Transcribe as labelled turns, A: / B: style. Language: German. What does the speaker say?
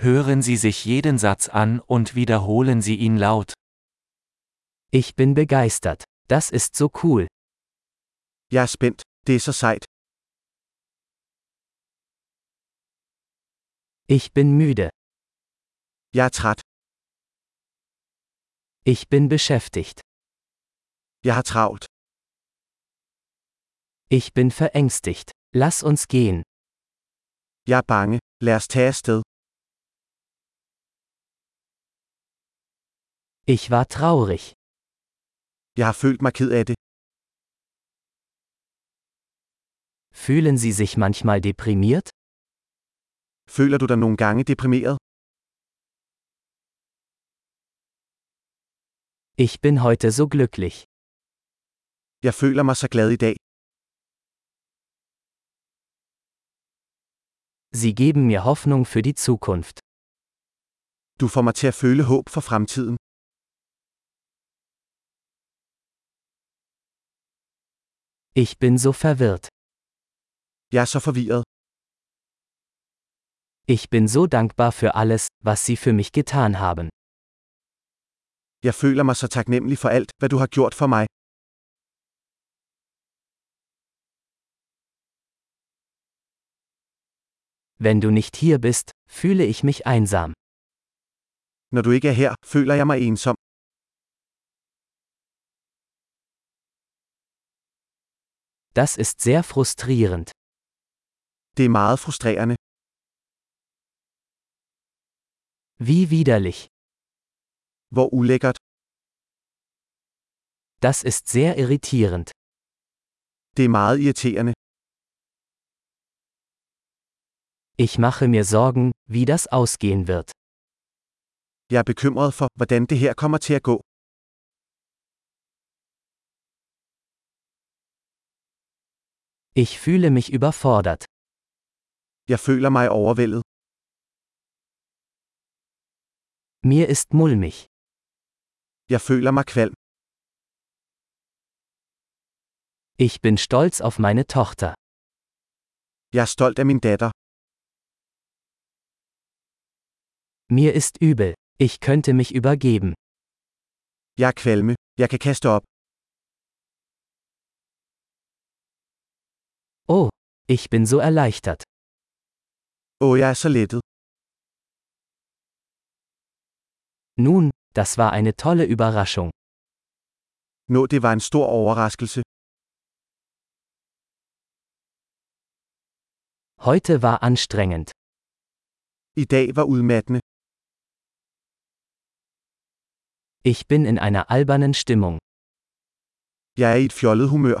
A: Hören Sie sich jeden Satz an und wiederholen Sie ihn laut.
B: Ich bin begeistert. Das ist so cool.
C: Jeg er spændt. Det er så sejt.
B: Ich bin müde.
C: Jeg er træt.
B: Ich bin beschäftigt.
C: Jeg har travlt.
B: Ich bin verängstigt. Lass uns gehen.
C: Jeg er bange. Lad os tage afsted.
B: Ich war traurig.
C: Jeg har følt mig ked af det.
B: Fühlen Sie sich manchmal deprimiert?
C: Føler du dig nogle gange deprimeret?
B: Ich bin heute so glücklich.
C: Jeg føler mig så glad i dag.
B: Sie geben mir Hoffnung für die Zukunft.
C: Du får mig til at føle håb for fremtiden.
B: Ich bin so verwirrt.
C: Jeg er så forvirret.
B: Ich bin so dankbar für alles, was Sie für mich getan haben.
C: Jeg føler mig så taknemmelig for alt, hvad du har gjort for mig.
B: Wenn du nicht hier bist, fühle ich mich einsam.
C: Når du ikke er her, føler jeg mig ensom.
B: Das ist sehr frustrierend.
C: Det er meget frustrerende.
B: Wie widerlich.
C: Hvor ulækkert.
B: Das ist sehr irritierend.
C: Det er meget irriterende.
B: Ich mache mir Sorgen, wie das ausgehen wird.
C: Jeg er bekymret for, hvordan det her kommer til at gå.
B: Ich fühle mich überfordert.
C: Jeg føler mig overvældet.
B: Mir ist mulmig.
C: Jeg føler mig kvalm.
B: Ich bin stolz auf meine Tochter.
C: Jeg er stolt af min datter.
B: Mir ist übel. Ich könnte mich übergeben.
C: Jeg er kvalme. Jeg kan kaste op.
B: Oh, ich bin so erleichtert.
C: Åh, jeg er så lettet.
B: Nun, das war eine tolle Überraschung.
C: Nå, det var en stor overraskelse.
B: Heute war anstrengend.
C: I dag var udmattende.
B: Ich bin in einer albernen Stimmung.
C: Jeg er i et fjollet humør.